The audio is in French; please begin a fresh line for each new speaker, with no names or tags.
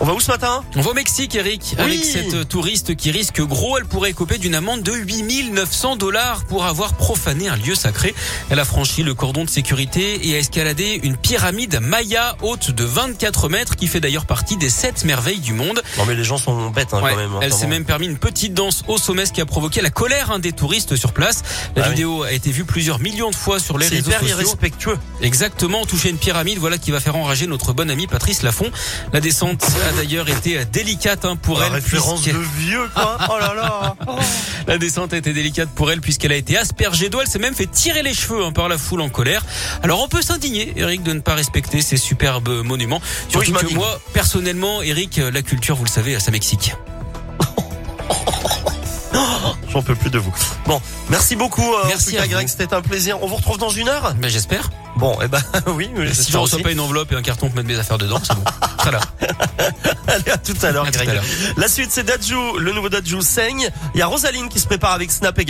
On va où ce matin
On va au Mexique, Eric,
Oui.
avec cette touriste qui risque gros. Elle pourrait écoper d'une amende de 8900 dollars pour avoir profané un lieu sacré. Elle a franchi le cordon de sécurité et a escaladé une pyramide maya haute de 24 mètres qui fait d'ailleurs partie des sept merveilles du monde.
Non mais les gens sont bêtes hein,
Ouais,
quand même. hein,
elle s'est
pardon.
même permis une petite danse au sommet, ce qui a provoqué la colère hein, des touristes sur place.
Bah
La
oui.
vidéo a été vue plusieurs millions de fois sur les
C'est
réseaux
hyper
sociaux.
irrespectueux.
Exactement, toucher une pyramide, voilà qui va faire enrager notre bonne amie Patrice Laffont. La descente a d'ailleurs été délicate hein, pour
La
elle.
référence
puisque-
de vieux quoi. Oh là là.
La descente a été délicate pour elle puisqu'elle a été aspergée d'eau. Elle s'est même fait tirer les cheveux hein, par la foule en colère. Alors on peut s'indigner, Eric, de ne pas respecter ces superbes monuments. Surtout
je
que
m'indigne.
moi, personnellement, Eric, euh, la culture, vous le savez, ça Mexique.
J'en peux plus de vous. Bon, merci beaucoup. euh,
Merci
en tout cas,
à vous.
Greg, c'était un plaisir. On vous retrouve dans une heure.
Ben j'espère.
Bon, eh ben oui, mais
Si je
j'espère
reçois
aussi.
pas une enveloppe et un carton pour mettre mes affaires dedans, c'est bon. Voilà.
Allez, à tout à l'heure,
À tout à
Greg.
l'heure.
La suite, c'est Dadju, le nouveau Dadju saigne. Il y a Rosaline qui se prépare avec Snap également.